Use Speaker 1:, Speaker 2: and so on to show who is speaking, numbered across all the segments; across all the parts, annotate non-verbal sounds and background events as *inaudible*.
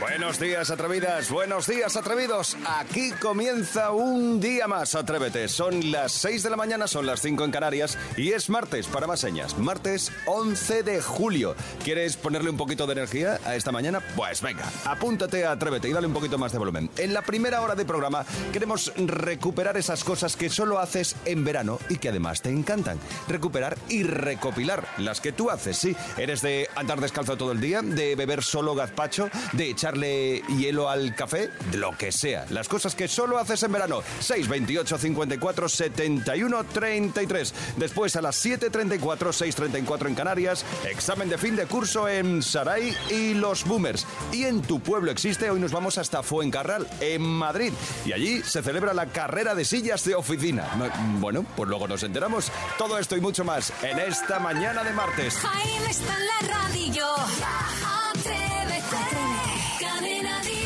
Speaker 1: Buenos días, atrevidas. Buenos días, atrevidos. Aquí comienza un día más. Atrévete. Son las 6 de la mañana, son las 5 en Canarias y es martes, para más señas. Martes 11 de julio. ¿Quieres ponerle un poquito de energía a esta mañana? Pues venga, apúntate a Atrévete y dale un poquito más de volumen. En la primera hora de programa queremos recuperar esas cosas que solo haces en verano y que además te encantan. Recuperar y recopilar las que tú haces, sí. ¿Eres de andar descalzo todo el día? ¿De beber solo gazpacho? ¿De echar echarle hielo al café, de lo que sea. Las cosas que solo haces en verano. 628 54 71 33. Después a las 734 634 en Canarias, examen de fin de curso en Saray y los Boomers. Y en tu pueblo existe, hoy nos vamos hasta Fuencarral, en Madrid. Y allí se celebra la carrera de sillas de oficina. Bueno, pues luego nos enteramos. Todo esto y mucho más en esta mañana de martes.
Speaker 2: Jaime está en la radio. Atrévete. Cadena Dial.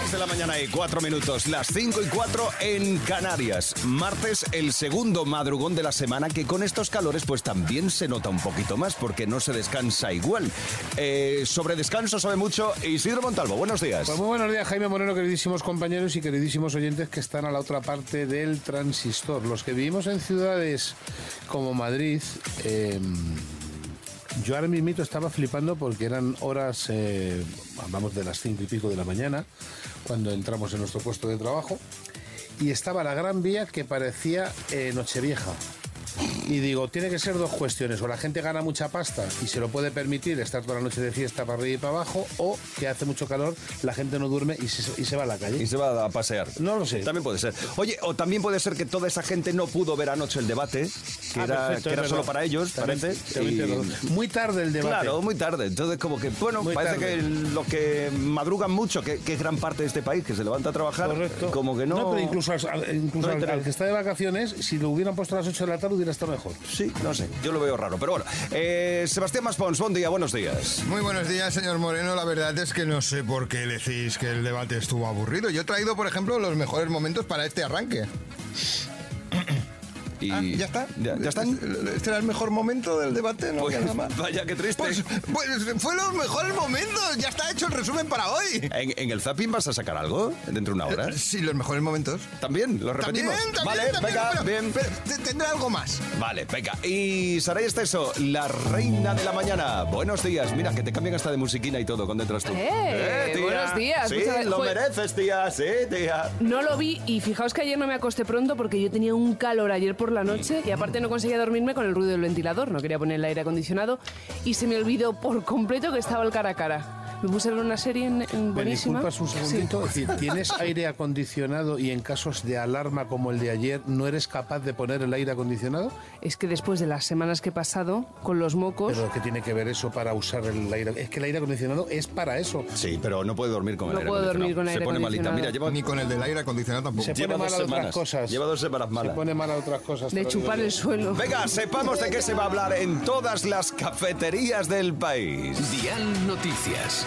Speaker 1: 6 de la mañana y 4 minutos, las 5 y 4 en Canarias. Martes, el segundo madrugón de la semana, que con estos calores pues también se nota un poquito más porque no se descansa igual. Eh, sobre descanso sabe mucho Isidro Montalvo, buenos días.
Speaker 3: Pues muy buenos días, Jaime Moreno, queridísimos compañeros y queridísimos oyentes que están a la otra parte del transistor. Los que vivimos en ciudades como Madrid, eh, yo ahora mismo estaba flipando porque eran horas, eh, vamos, de las cinco y pico de la mañana, cuando entramos en nuestro puesto de trabajo, y estaba la Gran Vía que parecía eh, Nochevieja. Y digo, tiene que ser dos cuestiones. O la gente gana mucha pasta y se lo puede permitir estar toda la noche de fiesta para arriba y para abajo, o que hace mucho calor, la gente no duerme y se, y se va a la calle.
Speaker 1: Y se va a pasear.
Speaker 3: No lo sé.
Speaker 1: También puede ser. Oye, o también puede ser que toda esa gente no pudo ver anoche el debate, que
Speaker 3: Ah,
Speaker 1: era,
Speaker 3: perfecto,
Speaker 1: que era
Speaker 3: es
Speaker 1: solo
Speaker 3: verdad.
Speaker 1: para ellos,
Speaker 3: También-
Speaker 1: parece.
Speaker 3: también
Speaker 1: y-
Speaker 3: tiene razón. Muy tarde el debate.
Speaker 1: Claro, muy tarde. Entonces, como que, bueno,
Speaker 3: Muy
Speaker 1: parece
Speaker 3: tarde.
Speaker 1: que los que madrugan mucho, que, que es gran parte de este país, que se levanta a trabajar,
Speaker 3: Correcto.
Speaker 1: como que no.
Speaker 3: pero incluso, al, incluso
Speaker 1: no
Speaker 3: al-
Speaker 1: interesa.
Speaker 3: al que está de vacaciones, si lo hubieran puesto a las 8 de la tarde hubiera estado mejor.
Speaker 1: Sí, no sé, yo lo veo raro, pero bueno. Eh, Sebastián Maspons, buen día, buenos días.
Speaker 4: Muy buenos días, señor Moreno. La verdad es que no sé por qué decís que el debate estuvo aburrido. Yo he traído, por ejemplo, los mejores momentos para este arranque.
Speaker 1: Y-
Speaker 4: Ah, ¿Ya está?
Speaker 1: ¿Ya, ya están?
Speaker 4: ¿Este era el mejor momento del debate? No
Speaker 1: Pues,
Speaker 4: queda más.
Speaker 1: vaya, qué triste.
Speaker 4: Pues, pues fue los mejores momentos. Ya está hecho el resumen para hoy. Eh,
Speaker 1: ¿En, en el zapping vas a sacar algo dentro de una hora?
Speaker 4: Sí, los mejores momentos.
Speaker 1: ¿También? ¿Lo repetimos?
Speaker 4: También, también,
Speaker 1: vale,
Speaker 4: también,
Speaker 1: venga,
Speaker 4: pero-
Speaker 1: bien.
Speaker 4: pero te- tendrá algo más.
Speaker 1: Vale, venga. Y Saray Esteso, la reina de la mañana. Buenos días. Mira, que te cambian hasta de musiquina y todo cuando entras tú.
Speaker 5: Eh, buenos días.
Speaker 1: Sí,
Speaker 5: Muchas-
Speaker 1: lo
Speaker 5: Joder.
Speaker 1: mereces, tía. Sí, tía.
Speaker 5: No lo vi y fijaos que ayer no me acosté pronto porque yo tenía un calor ayer por la noche y aparte no conseguía dormirme con el ruido del ventilador, no quería poner el aire acondicionado y se me olvidó por completo que estaba el cara a cara. Me puse a ver una serie en, en
Speaker 3: ¿Me
Speaker 5: buenísima.
Speaker 3: disculpas un
Speaker 5: Sí.
Speaker 3: segundito? Es decir, ¿tienes aire acondicionado y en casos de alarma como el de ayer no eres capaz de poner el aire acondicionado?
Speaker 5: Es que después de las semanas que he pasado con los mocos,
Speaker 3: Pero ¿qué tiene que ver eso para usar el aire? Es que el aire acondicionado es para eso.
Speaker 1: Sí, pero no puede dormir con
Speaker 5: No
Speaker 1: el aire
Speaker 5: puedo dormir
Speaker 1: acondicionado.
Speaker 5: con el aire
Speaker 1: Se pone malita. Mira,
Speaker 5: acondicionado.
Speaker 1: lleva,
Speaker 4: Ni con el del aire acondicionado tampoco.
Speaker 3: Se
Speaker 1: lleva
Speaker 3: pone
Speaker 1: dos
Speaker 3: mal a otras
Speaker 1: semanas.
Speaker 3: cosas.
Speaker 1: Lleva dos semanas
Speaker 3: Se
Speaker 1: malas.
Speaker 3: pone mal a otras cosas. te
Speaker 5: de
Speaker 3: lo digo
Speaker 5: chupar
Speaker 3: yo.
Speaker 5: el suelo.
Speaker 1: Venga, sepamos de qué se va a hablar en todas las cafeterías del país.
Speaker 6: Dial Noticias.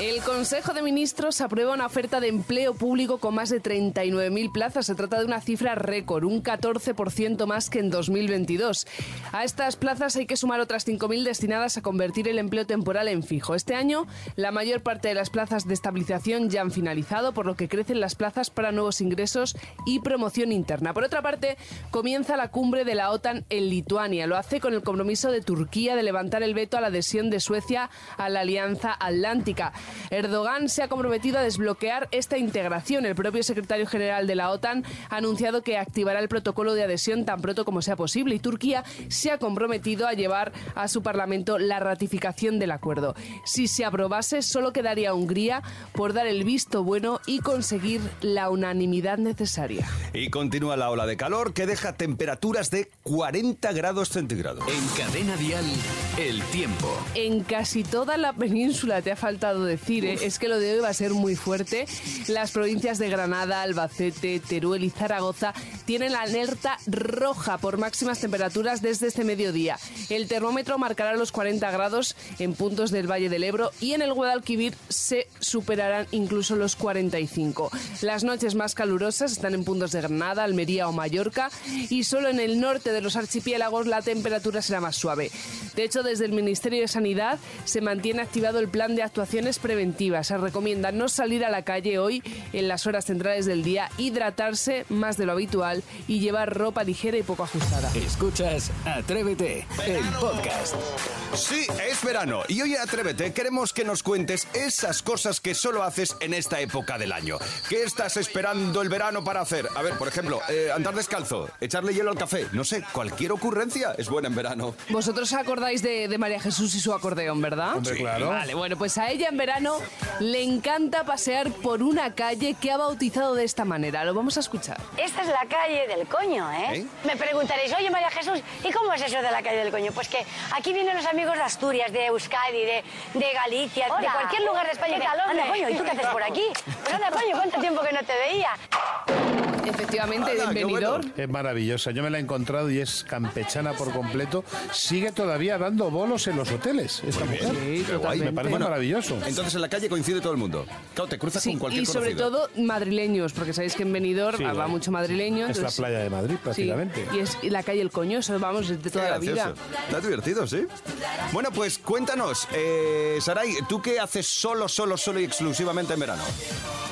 Speaker 5: El Consejo de Ministros aprueba una oferta de empleo público con más de 39.000 plazas. Se trata de una cifra récord, un 14% más que en 2022. A estas plazas hay que sumar otras 5.000 destinadas a convertir el empleo temporal en fijo. Este año, la mayor parte de las plazas de estabilización ya han finalizado, por lo que crecen las plazas para nuevos ingresos y promoción interna. Por otra parte, comienza la cumbre de la OTAN en Lituania. Lo hace con el compromiso de Turquía de levantar el veto a la adhesión de Suecia a la Alianza Atlántica. Erdogan se ha comprometido a desbloquear esta integración. El propio secretario general de la OTAN ha anunciado que activará el protocolo de adhesión tan pronto como sea posible y Turquía se ha comprometido a llevar a su Parlamento la ratificación del acuerdo. Si se aprobase, solo quedaría a Hungría por dar el visto bueno y conseguir la unanimidad necesaria.
Speaker 1: Y continúa la ola de calor que deja temperaturas de 40 grados centígrados.
Speaker 6: En Cadena Dial, el tiempo.
Speaker 5: En casi toda la península te ha faltado decir, ¿eh? es que lo de hoy va a ser muy fuerte. Las provincias de Granada, Albacete, Teruel y Zaragoza tienen la alerta roja por máximas temperaturas desde este mediodía. El termómetro marcará los 40 grados en puntos del Valle del Ebro y en el Guadalquivir se superarán incluso los 45. Las noches más calurosas están en puntos de Granada, Almería o Mallorca y solo en el norte de los archipiélagos la temperatura será más suave. De hecho, desde el Ministerio de Sanidad se mantiene activado el plan de actuaciones preventivas. Se recomienda no salir a la calle hoy en las horas centrales del día, hidratarse más de lo habitual y llevar ropa ligera y poco ajustada.
Speaker 6: Escuchas Atrévete, el podcast.
Speaker 1: Sí, es verano y hoy en Atrévete queremos que nos cuentes esas cosas que solo haces en esta época del año. ¿Qué estás esperando el verano para hacer? A ver, por ejemplo, eh, andar descalzo, echarle hielo al café, no sé, cualquier ocurrencia es buena en verano.
Speaker 5: Vosotros acordáis de, de María Jesús y su acordeón, ¿verdad?
Speaker 3: Hombre, claro.
Speaker 5: Vale, bueno, pues a ella en verano le encanta pasear por una calle que ha bautizado de esta manera. Lo vamos a escuchar.
Speaker 7: Esta es la calle del coño, ¿eh?
Speaker 1: ¿Eh?
Speaker 7: Me preguntaréis, oye María Jesús, ¿y cómo es eso de la calle del coño? Pues que aquí vienen los amigos de Asturias, de Euskadi, de, de Galicia, de cualquier lugar de España. anda, coño, ¿y tú qué haces por aquí? Pues anda, coño, ¿cuánto tiempo que no te veía?
Speaker 5: Efectivamente,
Speaker 1: Ala, qué
Speaker 5: bienvenido.
Speaker 1: bueno.
Speaker 3: Es maravillosa, yo me la he encontrado y es campechana por completo. Sigue todavía dando bolos en los hoteles esta mujer.
Speaker 5: Sí,
Speaker 1: Qué guay,
Speaker 3: Me parece
Speaker 1: Bueno,
Speaker 3: maravilloso.
Speaker 1: Entonces en la calle coincide todo el mundo. Claro, te cruzas
Speaker 5: Sí,
Speaker 1: con cualquier
Speaker 5: y sobre
Speaker 1: conocido.
Speaker 5: todo madrileños, porque sabéis que en Benidorm
Speaker 3: Sí,
Speaker 5: va
Speaker 3: bueno,
Speaker 5: mucho madrileño.
Speaker 3: Es la
Speaker 5: entonces-
Speaker 3: playa de Madrid
Speaker 5: Sí,
Speaker 3: prácticamente.
Speaker 5: y es la calle El Coño, eso vamos desde toda la
Speaker 1: Qué
Speaker 5: vida.
Speaker 1: gracioso. Está divertido, ¿sí? Bueno, pues cuéntanos, eh, Saray, ¿tú qué haces solo, solo, solo y exclusivamente en verano?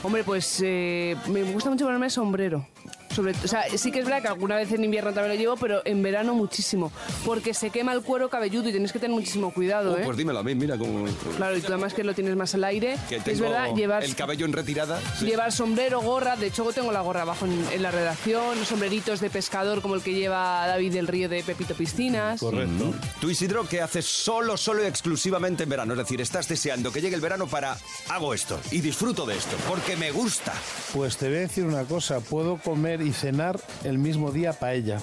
Speaker 5: Hombre, pues eh, me gusta mucho ponerme sombrero. Sobre, o sea, sí que es verdad que alguna vez en invierno también lo llevo, pero en verano muchísimo. Porque se quema el cuero cabelludo y tienes que tener muchísimo cuidado,
Speaker 1: Oh,
Speaker 5: ¿eh?
Speaker 1: pues dímelo a mí, mira cómo...
Speaker 5: Claro, y tú además que lo tienes más al aire.
Speaker 1: Que tengo
Speaker 5: Es verdad, llevar,
Speaker 1: el cabello en retirada. sí.
Speaker 5: llevar sombrero, gorra. De hecho, tengo la gorra abajo en, en la redacción. Sombreritos de pescador como el que lleva David del Río de Pepito Piscinas.
Speaker 3: Correcto.
Speaker 1: Tú, Isidro, ¿qué haces solo, solo y exclusivamente en verano? Es decir, estás deseando que llegue el verano para hago esto y disfruto de esto, porque me gusta.
Speaker 3: Pues te voy a decir una cosa, puedo comer y cenar el mismo día paella.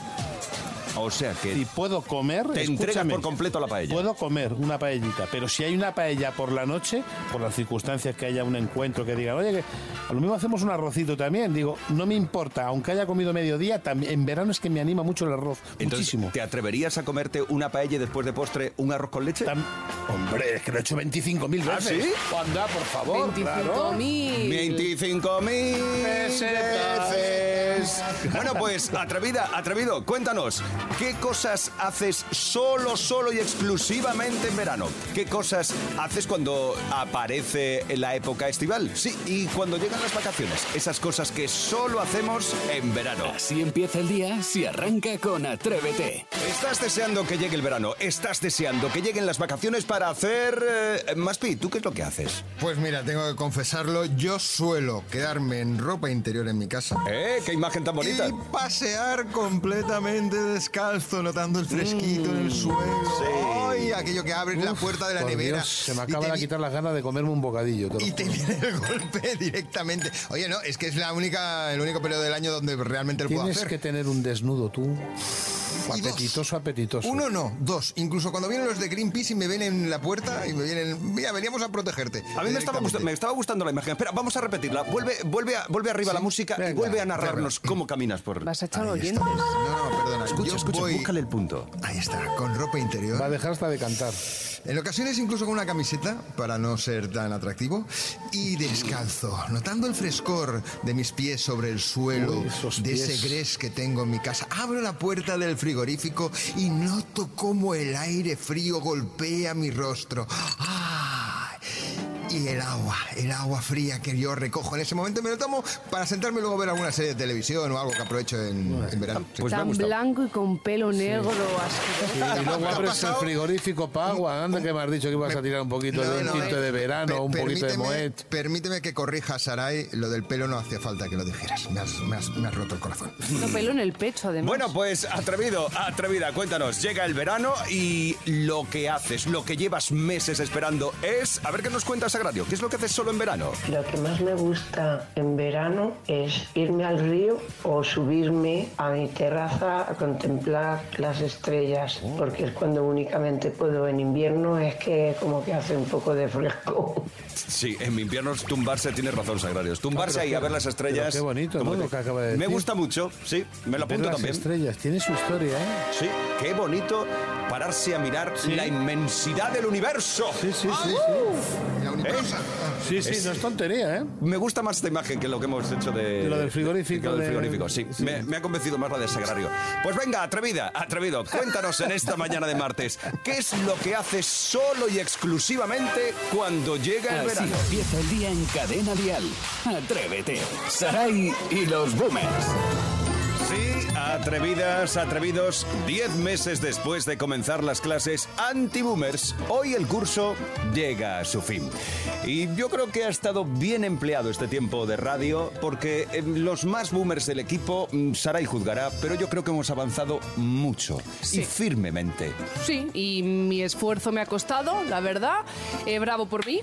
Speaker 1: O sea que
Speaker 3: Y puedo comer...
Speaker 1: te entregas
Speaker 3: escúchame,
Speaker 1: por completo a la paella.
Speaker 3: Puedo comer una paellita, pero si hay una paella por la noche, por las circunstancias que haya un encuentro que digan, oye, que a lo mismo hacemos un arrocito también, digo, no me importa, aunque haya comido mediodía, también, en verano es que me anima mucho el arroz,
Speaker 1: Entonces,
Speaker 3: muchísimo.
Speaker 1: ¿te atreverías a comerte una paella y después de postre un arroz con leche?
Speaker 3: Tam- Hombre, es que lo he hecho 25.000 veces.
Speaker 1: ¿Ah, sí?
Speaker 3: Anda, por favor.
Speaker 5: 25.000.
Speaker 1: 25.000
Speaker 3: Pesetas.
Speaker 1: veces. Bueno, pues atrevida, atrevido, cuéntanos, ¿qué cosas haces solo, solo y exclusivamente en verano? ¿Qué cosas haces cuando aparece la época estival? Sí, y cuando llegan las vacaciones, esas cosas que solo hacemos en verano.
Speaker 6: Así empieza el día si arranca con Atrévete.
Speaker 1: Estás deseando que llegue el verano, estás deseando que lleguen las vacaciones para hacer... eh, Maspi, ¿tú qué es lo que haces?
Speaker 4: Pues mira, tengo que confesarlo, yo suelo quedarme en ropa interior en mi casa.
Speaker 1: ¿Eh? ¡Qué imagen tan bonita!
Speaker 4: Y pasear completamente descalzo, notando el fresquito en el suelo. Ay, aquello que abre la puerta de la
Speaker 3: Mm. Por
Speaker 4: nevera.
Speaker 3: Dios, se me
Speaker 4: y te
Speaker 3: acaba de
Speaker 4: vi-
Speaker 3: quitar las ganas de comerme un bocadillo. te lo
Speaker 4: Y te viene el golpe directamente. Oye, no, es que es la única, el único periodo del año donde realmente lo puedo
Speaker 3: Tienes
Speaker 4: hacer.
Speaker 3: que tener un desnudo tú.
Speaker 4: Y dos.
Speaker 3: Apetitoso, apetitoso.
Speaker 4: Uno no, dos. Incluso cuando vienen los de Greenpeace y me ven en la puerta y me vienen, mira, veníamos a protegerte.
Speaker 1: A mí me estaba, gusta- me
Speaker 4: Directamente.
Speaker 1: estaba gustando la imagen. Espera, vamos a repetirla. Vuelve, vuelve, a- vuelve arriba la música y
Speaker 3: Venga,
Speaker 1: vuelve a narrarnos cómo caminas por.
Speaker 5: Vas a echar oyentes.
Speaker 1: Pues
Speaker 4: No, no, perdona.
Speaker 1: Escucha,
Speaker 4: yo
Speaker 1: escucha,
Speaker 4: voy-
Speaker 1: búscale el punto.
Speaker 4: Ahí está, con ropa interior.
Speaker 3: Va a dejar hasta de cantar.
Speaker 4: En ocasiones incluso con una camiseta, para no ser tan atractivo, y descalzo, notando el frescor de mis pies sobre el suelo,
Speaker 3: Uy, esos
Speaker 4: de
Speaker 3: pies.
Speaker 4: ese gres que tengo en mi casa. Abro la puerta del frigorífico y noto cómo el aire frío golpea mi rostro. ¡Ah! Y el agua, el agua fría que yo recojo en ese momento me lo tomo para sentarme y luego ver alguna serie de televisión o algo que aprovecho en, en verano.
Speaker 1: Pues me ha
Speaker 5: Tan
Speaker 1: gustado.
Speaker 5: blanco y con pelo negro,
Speaker 1: *clears throat*
Speaker 5: asqueroso.
Speaker 3: Y luego
Speaker 4: ¿Te ha
Speaker 3: abres el
Speaker 4: pasado?
Speaker 3: frigorífico para agua. Anda que me has dicho que ibas a tirar un poquito de un tinte de verano,
Speaker 4: eh, pe-
Speaker 3: un poquito de
Speaker 4: permíteme-
Speaker 3: moet.
Speaker 4: Permíteme que corrija, Saray, lo del pelo no hacía falta que lo dijeras. Me has, me has- me has roto el corazón.
Speaker 5: Tengo pelo en el pecho, además.
Speaker 1: Bueno, pues atrevido, atrevida, cuéntanos. Llega el verano y lo que haces, lo que llevas meses esperando es. A ver qué nos cuentas a Radio. ¿Qué es lo que haces solo en verano?
Speaker 8: Lo que más me gusta en verano es irme al río o subirme a mi terraza a contemplar las estrellas, porque es cuando únicamente puedo. En invierno es que como que hace un poco de fresco.
Speaker 1: Sí, en mi invierno es tumbarse, tienes razón, Sagrarios. Tumbarse
Speaker 3: Ah, pero
Speaker 1: ahí
Speaker 3: qué-
Speaker 1: a ver las estrellas.
Speaker 3: pero qué bonito,
Speaker 1: Como
Speaker 3: ¿no?
Speaker 1: dice-
Speaker 3: Lo que acaba de
Speaker 1: Me
Speaker 3: decir.
Speaker 1: gusta mucho, sí, me lo
Speaker 3: Ver
Speaker 1: apunto
Speaker 3: las
Speaker 1: también.
Speaker 3: estrellas, tiene su historia, ¿eh?
Speaker 1: Sí, qué bonito pararse a mirar la inmensidad del universo.
Speaker 3: Sí, sí, sí. Eh,
Speaker 4: La uniprosa.
Speaker 3: Sí, sí, sí no es tontería, ¿eh?
Speaker 1: Me gusta más esta imagen que lo que hemos hecho de...
Speaker 3: De lo del frigorífico,
Speaker 1: que lo del
Speaker 3: de-
Speaker 1: frigorífico, sí.
Speaker 3: sí.
Speaker 1: Me, me ha convencido más la de Sagrario. Pues venga, atrevida, atrevido, cuéntanos en esta mañana de martes, ¿qué es lo que haces solo y exclusivamente cuando llega
Speaker 6: Así
Speaker 1: el verano?
Speaker 6: empieza el día en cadena Dial. Atrévete. Sarai y los boomers.
Speaker 1: Sí, atrevidas, atrevidos, 10 meses después de comenzar las clases anti-boomers, hoy el curso llega a su fin. Y yo creo que ha estado bien empleado este tiempo de radio porque eh, los más boomers del equipo, mm, Saray juzgará, pero yo creo que hemos avanzado mucho y
Speaker 5: Sí.
Speaker 1: firmemente.
Speaker 5: Sí, y mi esfuerzo me ha costado, la verdad. Eh, bravo por mí,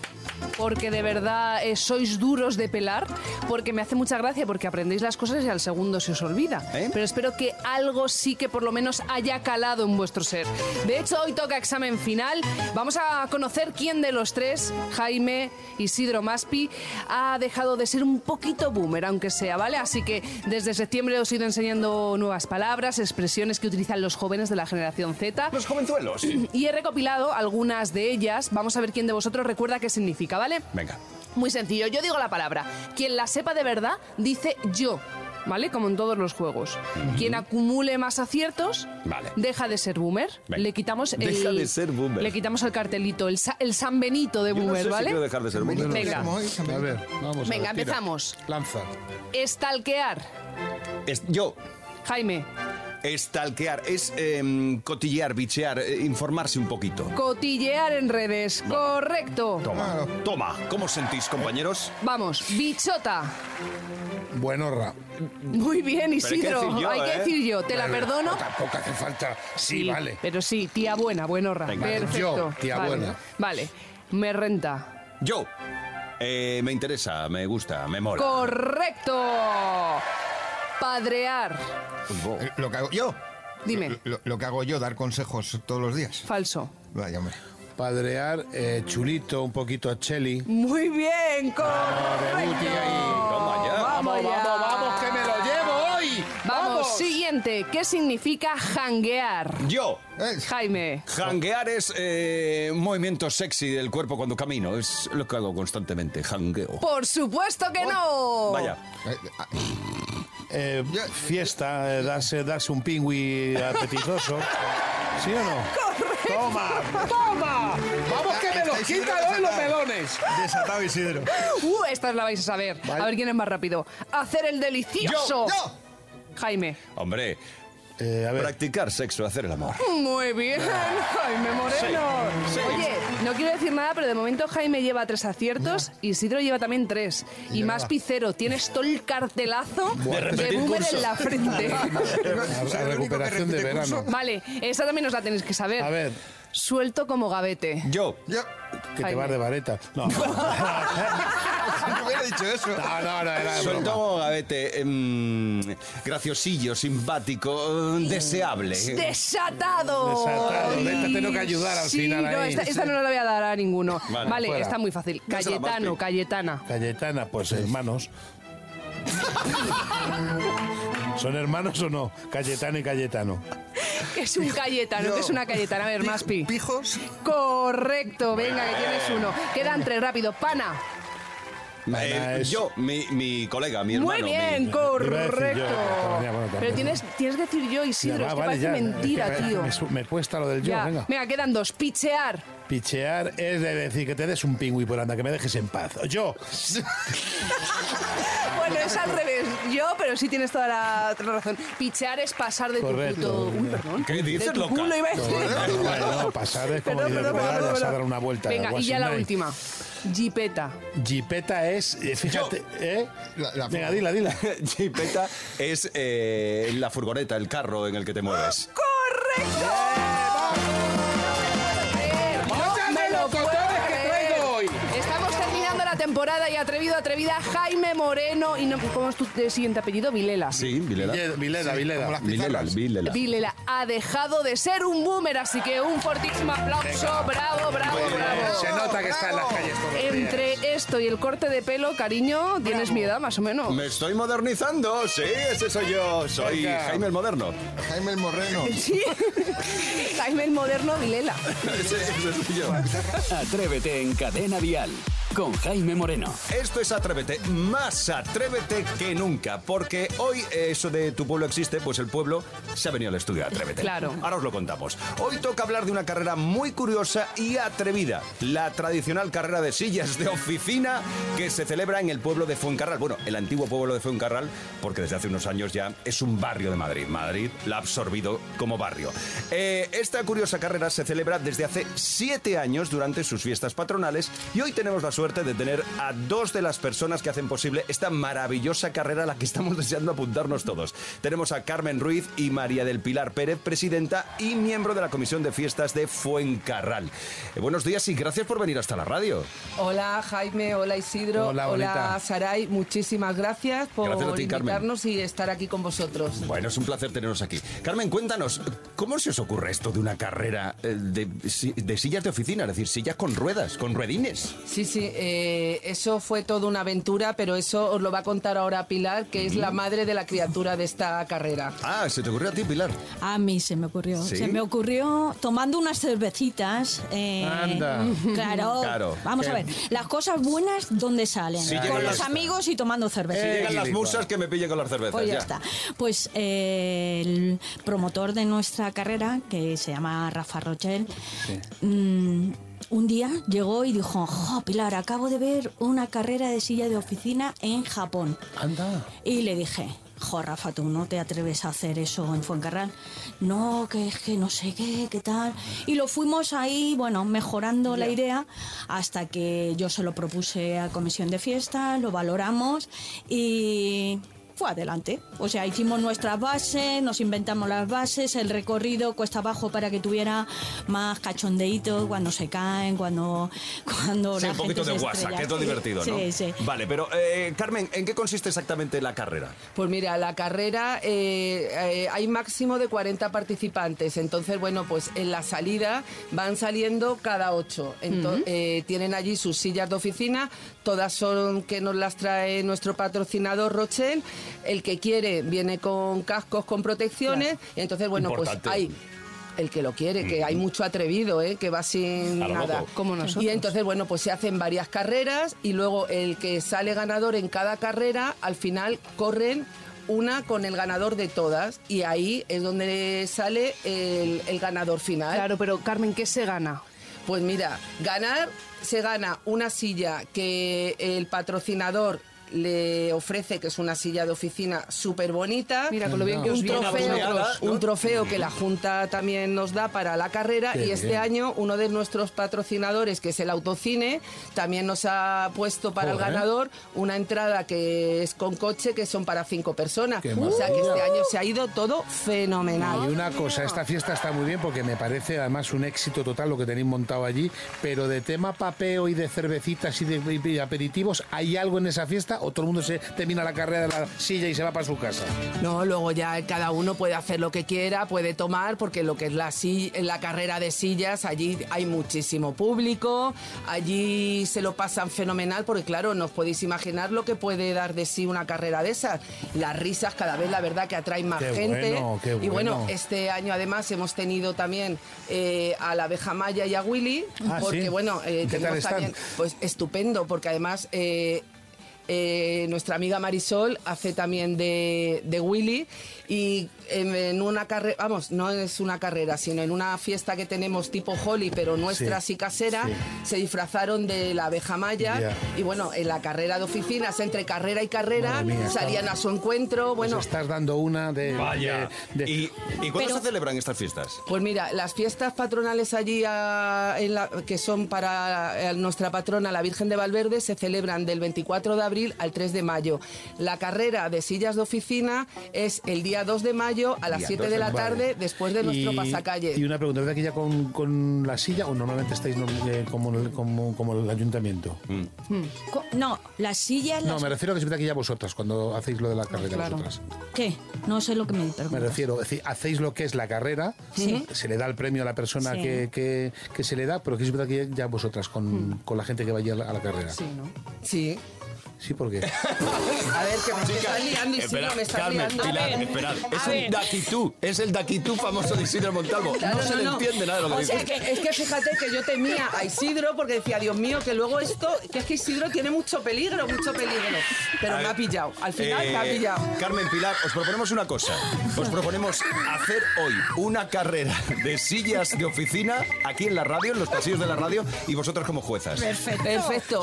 Speaker 5: porque de verdad eh, sois duros de pelar, porque me hace mucha gracia, porque aprendéis las cosas y al segundo se os olvida.
Speaker 1: ¿Eh?
Speaker 5: Pero espero que algo sí que por lo menos haya calado en vuestro ser. De hecho, hoy toca examen final. Vamos a conocer quién de los tres, Jaime, Isidro Maspi, ha dejado de ser un poquito boomer, aunque sea, ¿vale? Así que desde septiembre os he ido enseñando nuevas palabras, expresiones que utilizan los jóvenes de la generación Z.
Speaker 1: Los
Speaker 5: *clears throat*
Speaker 1: jovenzuelos.
Speaker 5: Y he recopilado algunas de ellas. Vamos a ver quién de vosotros recuerda qué significa, ¿vale?
Speaker 1: Venga.
Speaker 5: Muy sencillo, yo digo la palabra. Quien la sepa de verdad dice yo, ¿vale? Como en todos los juegos. Quien acumule más aciertos
Speaker 1: Vale.
Speaker 5: deja de ser boomer.
Speaker 1: Venga.
Speaker 5: Le quitamos el
Speaker 1: Deja de ser boomer.
Speaker 5: Le quitamos el cartelito, el, sa- el San Benito de
Speaker 1: Yo no
Speaker 5: boomer,
Speaker 1: sé si
Speaker 5: ¿vale?
Speaker 1: quiero dejar de ser boomer.
Speaker 5: Venga.
Speaker 3: A ver, vamos a ver.
Speaker 5: Venga,
Speaker 3: tira.
Speaker 5: empezamos.
Speaker 3: Lanza.
Speaker 5: Estalquear.
Speaker 1: Es- yo,
Speaker 5: Jaime,
Speaker 1: estalquear, es em, cotillear, bichear, eh, informarse un poquito.
Speaker 5: cotillear en redes. Correcto.
Speaker 1: Toma, toma. ¿Cómo os sentís, compañeros?
Speaker 5: Vamos, bichota.
Speaker 3: Buenorra.
Speaker 5: Muy bien,
Speaker 1: Pero hay que
Speaker 5: Isidro.
Speaker 1: decir yo,
Speaker 5: Hay que
Speaker 1: ¿eh?
Speaker 5: decir yo, te la
Speaker 3: Vale,
Speaker 5: perdono.
Speaker 3: Tampoco hace falta. Sí, vale.
Speaker 5: Pero sí, tía buena, buen horra.
Speaker 1: Venga.
Speaker 5: Perfecto.
Speaker 3: Yo, tía
Speaker 5: vale.
Speaker 3: buena.
Speaker 5: Vale, me renta.
Speaker 1: Yo. Eh, me interesa, me gusta, me mola.
Speaker 5: Correcto. Padrear.
Speaker 4: Eh, Lo que hago yo.
Speaker 5: Dime.
Speaker 4: Lo, lo que hago yo, dar consejos todos los días.
Speaker 5: Falso.
Speaker 4: Vaya, hombre.
Speaker 3: Padrear eh, chulito, un poquito a Cheli.
Speaker 5: Muy bien, correcto.
Speaker 1: Toma ya.
Speaker 5: Vamos, ya.
Speaker 3: vamos, vamos, que me lo llevo hoy.
Speaker 5: Vamos, siguiente. ¿Qué significa janguear?
Speaker 1: Yo.
Speaker 4: Eh,
Speaker 5: Jaime.
Speaker 1: Hanguear es eh, un movimiento sexy del cuerpo cuando camino. Es lo que hago constantemente, hangueo.
Speaker 5: Por supuesto que no.
Speaker 1: Vaya.
Speaker 4: eh, ah,
Speaker 3: Eh, fiesta, eh, darse, darse un pingüi
Speaker 4: *laughs*
Speaker 3: apetitoso. ¿Sí o no? ¡Toma! ¡Toma! ¡Vamos que me los
Speaker 4: Está Isidro
Speaker 3: quitan hoy los
Speaker 4: desatado.
Speaker 3: melones!
Speaker 4: Desatado Isidro.
Speaker 5: Uh, esta la vais a saber. A ver quién es más rápido. Hacer el delicioso.
Speaker 4: Yo.
Speaker 5: Jaime.
Speaker 1: Hombre,
Speaker 3: Eh, a ver,
Speaker 1: practicar sexo, hacer el amor.
Speaker 5: Muy bien,
Speaker 3: Ah.
Speaker 5: Jaime Moreno.
Speaker 1: Sí, sí.
Speaker 5: Oye, no quiero decir nada, pero de momento Jaime lleva tres aciertos, Isidro lleva también tres. Y más picero, tienes todo el cartelazo de
Speaker 1: repetir
Speaker 5: boomer
Speaker 1: curso.
Speaker 5: en la frente.
Speaker 3: *laughs*
Speaker 5: *laughs*
Speaker 4: Soy
Speaker 3: la
Speaker 4: el único que
Speaker 3: recuperación de
Speaker 4: repite curso.
Speaker 3: verano.
Speaker 5: vale, esa también os la tenéis que saber.
Speaker 3: A ver,
Speaker 5: Suelto como gavete.
Speaker 1: Yo.
Speaker 4: Yo.
Speaker 3: que te
Speaker 5: Jaime.
Speaker 3: vas de vareta. No, no,
Speaker 4: No hubiera dicho eso.
Speaker 3: no, no, era
Speaker 4: *laughs*
Speaker 3: de
Speaker 1: Suelto
Speaker 3: Ah, broma.
Speaker 1: como gavete. em, graciosillo, simpático, eh, deseable.
Speaker 5: ¡Desatado!
Speaker 3: Desatado.
Speaker 5: Ay,
Speaker 3: Esta tengo que ayudar al
Speaker 5: sí,
Speaker 3: final
Speaker 5: No,
Speaker 3: ahí.
Speaker 5: esta, esta no la voy a dar a ninguno.
Speaker 1: Vale,
Speaker 5: Vale,
Speaker 3: fuera.
Speaker 5: está muy fácil.
Speaker 1: Dásela,
Speaker 5: Cayetano,
Speaker 1: Martín.
Speaker 5: Cayetana.
Speaker 3: Cayetana, pues
Speaker 4: *laughs*
Speaker 3: hermanos. ¿Son hermanos o no? Cayetano y Cayetano.
Speaker 5: ¿Qué
Speaker 3: *laughs*
Speaker 5: es un Cayetano?
Speaker 4: Yo.
Speaker 5: ¿Qué es una Cayetana? A ver,
Speaker 4: Pi-
Speaker 5: Maspi.
Speaker 4: Pijos.
Speaker 5: Correcto, venga, que tienes uno. Quedan tres, rápido. Pana.
Speaker 1: Eh,
Speaker 3: Nada, es-
Speaker 1: Yo, mi, mi colega, mi hermano.
Speaker 5: Muy
Speaker 1: mi-
Speaker 5: bien,
Speaker 3: iba a decir yo,
Speaker 5: correcto.
Speaker 3: pero bueno, también.
Speaker 5: Pero tienes, tienes que decir yo,
Speaker 3: Ya,
Speaker 5: Isidro,
Speaker 3: va,
Speaker 5: es que
Speaker 3: vale,
Speaker 5: parece
Speaker 3: ya, es que
Speaker 5: mentira,
Speaker 3: me-
Speaker 5: tío.
Speaker 3: Me, su- me cuesta lo del yo,
Speaker 5: Ya,
Speaker 3: venga.
Speaker 5: Mira, quedan dos. Pichear.
Speaker 3: Pichear es de decir que te des un pingüi por anda, que me dejes en paz. Yo,
Speaker 5: Bueno, es al revés. Yo, pero sí tienes toda la toda la razón. Pichear es pasar de
Speaker 3: Correcto.
Speaker 5: tu puto... Uy, perdón.
Speaker 1: ¿Qué dices,
Speaker 5: de tu
Speaker 1: loca?
Speaker 5: culo, iba a decir. *laughs*
Speaker 3: bueno, pasar es como
Speaker 5: Perdón,
Speaker 3: de
Speaker 5: perdón,
Speaker 3: verdad,
Speaker 5: perdón,
Speaker 3: vas a
Speaker 5: perdón.
Speaker 3: dar una vuelta.
Speaker 5: Venga, y ya la
Speaker 3: Guasinay.
Speaker 5: última. Jipeta.
Speaker 3: Jipeta es, eh, fíjate, ¿eh?
Speaker 4: La- la-
Speaker 3: Venga, dila, dila.
Speaker 1: *laughs* Jipeta es eh, la furgoneta, el carro en el que te mueves.
Speaker 5: ¡Correcto! No
Speaker 3: ¡Vamos ya
Speaker 5: me
Speaker 3: de
Speaker 5: lo
Speaker 3: los
Speaker 5: puedo
Speaker 3: cotones que
Speaker 5: creer.
Speaker 3: traigo hoy!
Speaker 5: Estamos terminando. temporada y atrevido, atrevida, Jaime Moreno. y no, ¿Cómo es tu eh, siguiente apellido? Vilela.
Speaker 1: Sí, Vilela.
Speaker 3: Vileda, Vileda, Vileda.
Speaker 4: como las
Speaker 1: Vilela,
Speaker 4: pizarras.
Speaker 1: Vilela.
Speaker 5: Vilela ha dejado de ser un boomer, así que un fortísimo aplauso. Bravo, bravo, bravo.
Speaker 3: Se nota que está en las calles todos los días.
Speaker 5: Entre esto y el corte de pelo, cariño, tienes mi edad más o menos.
Speaker 1: Me estoy modernizando, sí, ese soy yo. Soy
Speaker 3: Venga.
Speaker 1: Jaime el Moderno. *laughs*
Speaker 4: Jaime el Morreno.
Speaker 5: Sí. Jaime el moderno Vilela.
Speaker 1: Ese, ese soy yo.
Speaker 6: Atrévete en Cadena Dial con Jaime Moreno.
Speaker 1: Esto es Atrévete, más Atrévete que nunca, porque hoy eh, eso de tu pueblo existe, pues el pueblo se ha venido al estudio de Atrévete.
Speaker 5: Claro.
Speaker 1: Ahora os lo contamos. Hoy toca hablar de una carrera muy curiosa y atrevida, la tradicional carrera de sillas de oficina que se celebra en el pueblo de Fuencarral. Bueno, el antiguo pueblo de Fuencarral, porque desde hace unos años ya es un barrio de Madrid. Madrid la ha absorbido como barrio. Eh, esta curiosa carrera se celebra desde hace siete años durante sus fiestas patronales y hoy tenemos la suerte de tener a dos de las personas que hacen posible esta maravillosa carrera a la que estamos deseando apuntarnos todos. Tenemos a Carmen Ruiz y María del Pilar Pérez, presidenta y miembro de la Comisión de Fiestas de Fuencarral. Eh, buenos días y gracias por venir hasta la radio.
Speaker 9: Hola Jaime, hola Isidro,
Speaker 3: Hola, bonita.
Speaker 9: Saray, muchísimas gracias por
Speaker 1: Gracias a ti, Carmen.
Speaker 9: invitarnos y estar aquí con vosotros.
Speaker 1: Bueno, es un placer teneros aquí. Carmen, cuéntanos, ¿cómo se os ocurre esto de una carrera eh, de, si- de sillas de oficina? Es decir, sillas con ruedas, con ruedines.
Speaker 9: Sí, sí, eh, eso fue toda una aventura, pero eso os lo va a contar ahora Pilar, que es la madre de la criatura de esta carrera.
Speaker 1: Ah, se te ocurrió a ti, Pilar.
Speaker 10: A mí se me ocurrió.
Speaker 1: ¿Sí?
Speaker 10: Se me ocurrió tomando unas cervecitas. eh,
Speaker 3: Anda.
Speaker 10: Claro.
Speaker 1: Claro.
Speaker 10: Vamos a ver. Las cosas buenas, ¿dónde salen?
Speaker 1: Sí, llega
Speaker 10: Con los
Speaker 1: esta.
Speaker 10: amigos y tomando cervecitas.
Speaker 3: Eh,
Speaker 1: Llegan las
Speaker 3: Igual.
Speaker 1: musas que me pillen con las cervezas.
Speaker 10: Pues ya,
Speaker 1: ya.
Speaker 10: está. Pues eh, el promotor de nuestra carrera, que se llama Rafa Rochel, mm, un día llegó y dijo, "Jo, Pilar, acabo de ver una carrera de silla de oficina en Japón.
Speaker 3: Anda.
Speaker 10: Y le dije, jo, Rafa, tú no te atreves a hacer eso en Fuencarral. No, que es que no sé qué, qué tal. Y lo fuimos ahí, bueno, mejorando la idea hasta que yo se lo propuse a comisión de fiesta, lo valoramos y fue adelante. O sea, hicimos nuestras bases, nos inventamos las bases, el recorrido cuesta abajo para que tuviera más cachondeíto cuando se caen, cuando, cuando
Speaker 1: Sí,
Speaker 10: la
Speaker 1: un poquito de
Speaker 10: gente se
Speaker 1: guasa,
Speaker 10: estrella.
Speaker 1: que es lo
Speaker 10: Sí,
Speaker 1: divertido, ¿no?
Speaker 10: Sí, sí.
Speaker 1: Vale, pero eh, Carmen, ¿en qué consiste exactamente la carrera?
Speaker 9: Pues mira, la carrera eh, eh, hay máximo de 40 participantes, entonces bueno, pues en la salida van saliendo cada ocho. Ento- eh, tienen allí sus sillas de oficina, todas son que nos las trae nuestro patrocinador Rochel. El que quiere viene con cascos, con protecciones, y entonces bueno,
Speaker 1: Importante.
Speaker 9: pues hay el que lo quiere, que hay mucho atrevido, ¿eh? que va sin
Speaker 1: A lo
Speaker 9: nada.
Speaker 1: loco.
Speaker 5: Como nosotros.
Speaker 9: Y entonces, bueno, pues se hacen varias carreras y luego el que sale ganador en cada carrera, al final corren una con el ganador de todas y ahí es donde sale el, el ganador final.
Speaker 5: Claro, pero Carmen, ¿qué se gana?
Speaker 9: Pues mira, ganar se gana una silla que el patrocinador le ofrece, que es una silla de oficina súper bonita.
Speaker 5: Mira, con lo bien que os
Speaker 9: un
Speaker 5: viene a
Speaker 9: trofeo,
Speaker 1: vosotros, ¿no?
Speaker 9: un trofeo que la Junta también nos da para la carrera
Speaker 3: Qué
Speaker 9: y este
Speaker 3: bien.
Speaker 9: año uno de nuestros patrocinadores, que es el Autocine, también nos ha puesto para
Speaker 3: Joder.
Speaker 9: el ganador una entrada que es con coche, que son para cinco personas.
Speaker 3: Qué
Speaker 9: O sea que
Speaker 3: maravilla.
Speaker 9: este año se ha ido todo fenomenal.
Speaker 3: Y una cosa, esta fiesta está muy bien porque me parece además un éxito total lo que tenéis montado allí, pero de tema papeo y de cervecitas y de y aperitivos, ¿hay algo en esa fiesta o todo el mundo se termina la carrera de la silla y se va para su casa?
Speaker 9: No, luego ya cada uno puede hacer lo que quiera, puede tomar, porque lo que es la, si- la carrera de sillas, allí hay muchísimo público, allí se lo pasan fenomenal, porque claro, nos podéis imaginar lo que puede dar de sí una carrera de esas. Las risas cada vez, la verdad, que atraen más
Speaker 3: Qué
Speaker 9: gente.
Speaker 3: bueno, qué
Speaker 9: Y bueno,
Speaker 3: bueno.
Speaker 9: este año además hemos tenido también eh, a la abeja Maya y a Willy,
Speaker 3: Ah,
Speaker 9: porque
Speaker 3: sí.
Speaker 9: bueno, eh,
Speaker 3: ¿Qué tal
Speaker 9: tenemos
Speaker 3: están?
Speaker 9: también- pues estupendo, porque además eh, eh, nuestra amiga Marisol hace también de, de Willy y en, en una carrera, vamos, no es una carrera, sino en una fiesta que tenemos tipo Holly, pero nuestra
Speaker 3: Sí,
Speaker 9: así casera,
Speaker 3: sí.
Speaker 9: se disfrazaron de la abeja maya
Speaker 3: Ya.
Speaker 9: y bueno, en la carrera de oficinas, entre carrera y carrera,
Speaker 3: Madre mía,
Speaker 9: salían
Speaker 3: está-
Speaker 9: a su encuentro,
Speaker 3: Pues
Speaker 9: bueno...
Speaker 3: estás dando una de...
Speaker 9: eh,
Speaker 3: de- de-
Speaker 1: ¿Y, y cuándo
Speaker 10: Pero-
Speaker 1: se celebran estas fiestas?
Speaker 9: Pues mira, las fiestas patronales allí, a- en la- que son para eh, nuestra patrona, la Virgen de Valverde, se celebran del 24 de abril abril al 3 de mayo. La carrera de sillas de oficina es el día 2 de mayo a las
Speaker 1: Día
Speaker 9: 7
Speaker 1: 2
Speaker 9: de la
Speaker 1: de
Speaker 3: mayo.
Speaker 9: tarde después de nuestro
Speaker 3: Y-
Speaker 9: pasacalle.
Speaker 3: Y una pregunta, ¿verdad que ya con, con la silla o normalmente estáis no- eh, como, el- como, como el ayuntamiento?
Speaker 10: Co- No, las sillas...
Speaker 3: No,
Speaker 10: las-
Speaker 3: me refiero a que es verdad que ya vosotras, cuando hacéis lo de la carrera vosotras.
Speaker 10: ¿Qué? No sé lo que me
Speaker 3: Me
Speaker 10: preguntas.
Speaker 3: refiero, es decir, hacéis lo que es la carrera,
Speaker 10: Sí.
Speaker 3: se le da el premio a la persona
Speaker 10: Sí.
Speaker 3: que, que- que se le da, pero que es verdad que ya vosotras, con, con la gente que vaya a la, a la carrera. Sí,
Speaker 9: Hmm. Sí.
Speaker 3: porque...
Speaker 9: A ver, que me estás liando, Isidro,
Speaker 11: Espera,
Speaker 9: me estás
Speaker 11: Carmen,
Speaker 9: liando.
Speaker 11: Pilar, esperad. Es un daquitú, es el daquitú famoso de Isidro Montalvo.
Speaker 9: Claro,
Speaker 11: no se le entiende nada de lo que
Speaker 9: O sea,
Speaker 11: dice.
Speaker 9: que, es que fíjate que yo temía a Isidro porque decía, Dios mío, que luego esto, que es que Isidro tiene mucho peligro, mucho peligro. Pero
Speaker 1: A
Speaker 9: me
Speaker 1: ver,
Speaker 9: ha pillado, al final me ha
Speaker 1: eh,
Speaker 9: pillado.
Speaker 1: Carmen Pilar, os proponemos una cosa. Os proponemos hacer hoy una carrera de sillas de oficina aquí en la radio, en los pasillos de la radio, y vosotras como juezas.
Speaker 3: Eh,
Speaker 9: Perfecto,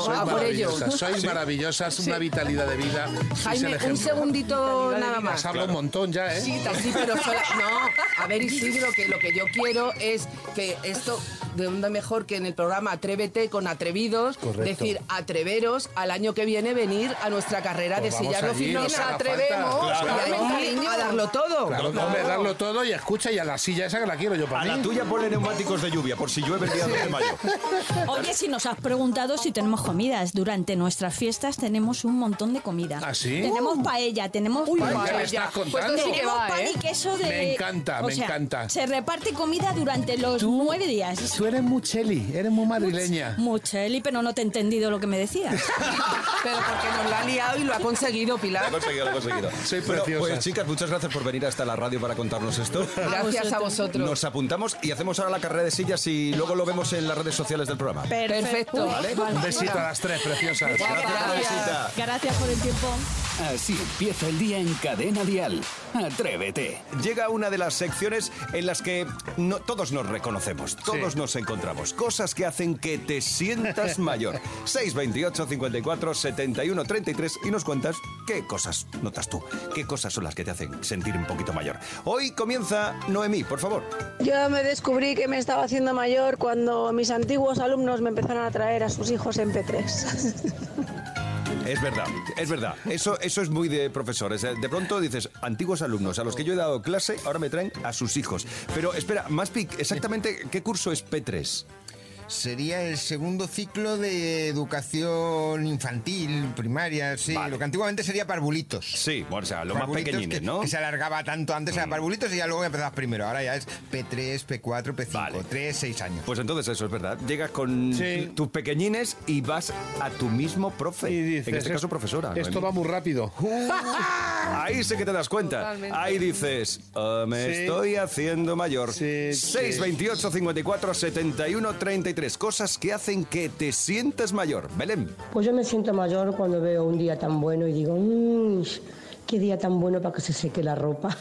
Speaker 3: *laughs* Sois
Speaker 9: a Ah, por ello.
Speaker 3: maravillosas, sois maravillosas, una vitalidad de vida. sois el
Speaker 9: Jaime, un
Speaker 3: ejemplo.
Speaker 9: segundito nada
Speaker 3: Has
Speaker 9: más.
Speaker 3: hablado un montón ya, ¿eh?
Speaker 9: Sí, sí, pero sola- no. A ver, Isidro, que lo que yo quiero es que esto, de dónde mejor que en el programa Atrévete con Atrevidos,
Speaker 3: Correcto.
Speaker 9: decir, atreveros al año que viene venir a nuestra carrera
Speaker 3: Pues
Speaker 9: de
Speaker 3: vamos
Speaker 9: sillar de
Speaker 3: allí,
Speaker 9: oficina.
Speaker 3: nos haga Atrevemos, falta.
Speaker 9: Y
Speaker 3: claro.
Speaker 9: ahí a darlo todo.
Speaker 3: Claro, no, hombre, darlo todo y escucha, y a la silla esa que la quiero yo para
Speaker 1: A
Speaker 3: mí.
Speaker 1: la tuya ponle neumáticos de lluvia, por si llueve el día 2 de mayo.
Speaker 10: Oye, si nos has preguntado si tenemos comidas, durante nuestras fiestas tenemos un montón de comida.
Speaker 3: ¿Ah, sí?
Speaker 10: Tenemos paella, tenemos
Speaker 3: Paella, ¿qué me estás
Speaker 9: Pues
Speaker 3: contando?
Speaker 5: Sí que
Speaker 10: Tenemos
Speaker 5: va,
Speaker 10: pan
Speaker 5: ¿eh?
Speaker 10: y queso de...
Speaker 3: Me encanta,
Speaker 10: O
Speaker 3: me
Speaker 10: sea,
Speaker 3: encanta.
Speaker 10: Se reparte comida durante los nueve días.
Speaker 3: Tú eres muy cheli, eres muy madrileña.
Speaker 10: Mucheli, pero no te he entendido lo que me decías.
Speaker 9: Pero porque nos la ha liado y lo ha conseguido,
Speaker 1: Lo
Speaker 9: Pilar.
Speaker 1: he conseguido, lo he conseguido.
Speaker 3: Soy
Speaker 1: Bueno,
Speaker 3: preciosa.
Speaker 1: pues chicas, muchas gracias por venir hasta la radio para contarnos esto.
Speaker 9: Gracias a vosotros.
Speaker 1: Nos apuntamos y hacemos ahora la carrera de sillas y luego lo vemos en las redes sociales del programa.
Speaker 9: Perfecto.
Speaker 3: Un besito a las tres, preciosas.
Speaker 1: Gracias, Teresita.
Speaker 10: Gracias por el tiempo.
Speaker 6: Así empieza el día en Cadena Dial. Atrévete.
Speaker 1: llega una de las secciones en las que no- todos nos reconocemos, todos nos encontramos. Cosas que hacen que te *laughs* sientas mayor. 628 54 71 33 y nos cuentas qué cosas notas tú, qué cosas son las que te hacen sentir un poquito mayor. Hoy comienza Noemí, por favor.
Speaker 12: Yo me descubrí que me estaba haciendo mayor cuando mis antiguos alumnos me empezaron a traer a sus hijos en P3.
Speaker 1: Es verdad, es verdad. Eso, eso es muy de profesores. ¿eh? De pronto dices, antiguos alumnos a los que yo he dado clase, ahora me traen a sus hijos. Pero espera, Maspic, exactamente, ¿qué curso es P3?
Speaker 4: Sería el segundo ciclo de educación infantil, primaria, sí.
Speaker 1: Vale.
Speaker 4: Lo que antiguamente sería parvulitos.
Speaker 1: Sí, bueno, o sea, lo más
Speaker 4: Parvulitos
Speaker 1: pequeñines,
Speaker 4: que-
Speaker 1: ¿no? Mm.
Speaker 4: Que se alargaba tanto antes era parvulitos y ya luego empezabas primero. Ahora ya es P3, P4, P5.
Speaker 1: Vale.
Speaker 4: 3, 6 años.
Speaker 1: Pues entonces eso es verdad. Llegas con
Speaker 3: Sí.
Speaker 1: tus pequeñines y vas a tu mismo profe.
Speaker 3: Y dices,
Speaker 1: en este caso, profesora.
Speaker 3: Esto va
Speaker 1: Noemí.
Speaker 3: muy rápido.
Speaker 1: Uh, Ahí sí que te das cuenta.
Speaker 5: Totalmente.
Speaker 1: Ahí dices, "Ah, me
Speaker 3: Sí.
Speaker 1: estoy haciendo mayor.
Speaker 3: Sí,
Speaker 1: 628 54 71 33. Cosas que hacen que te sientas mayor. Belén.
Speaker 12: Pues yo me siento mayor cuando veo un día tan bueno y digo, "Mm, qué día tan bueno para que se seque la ropa.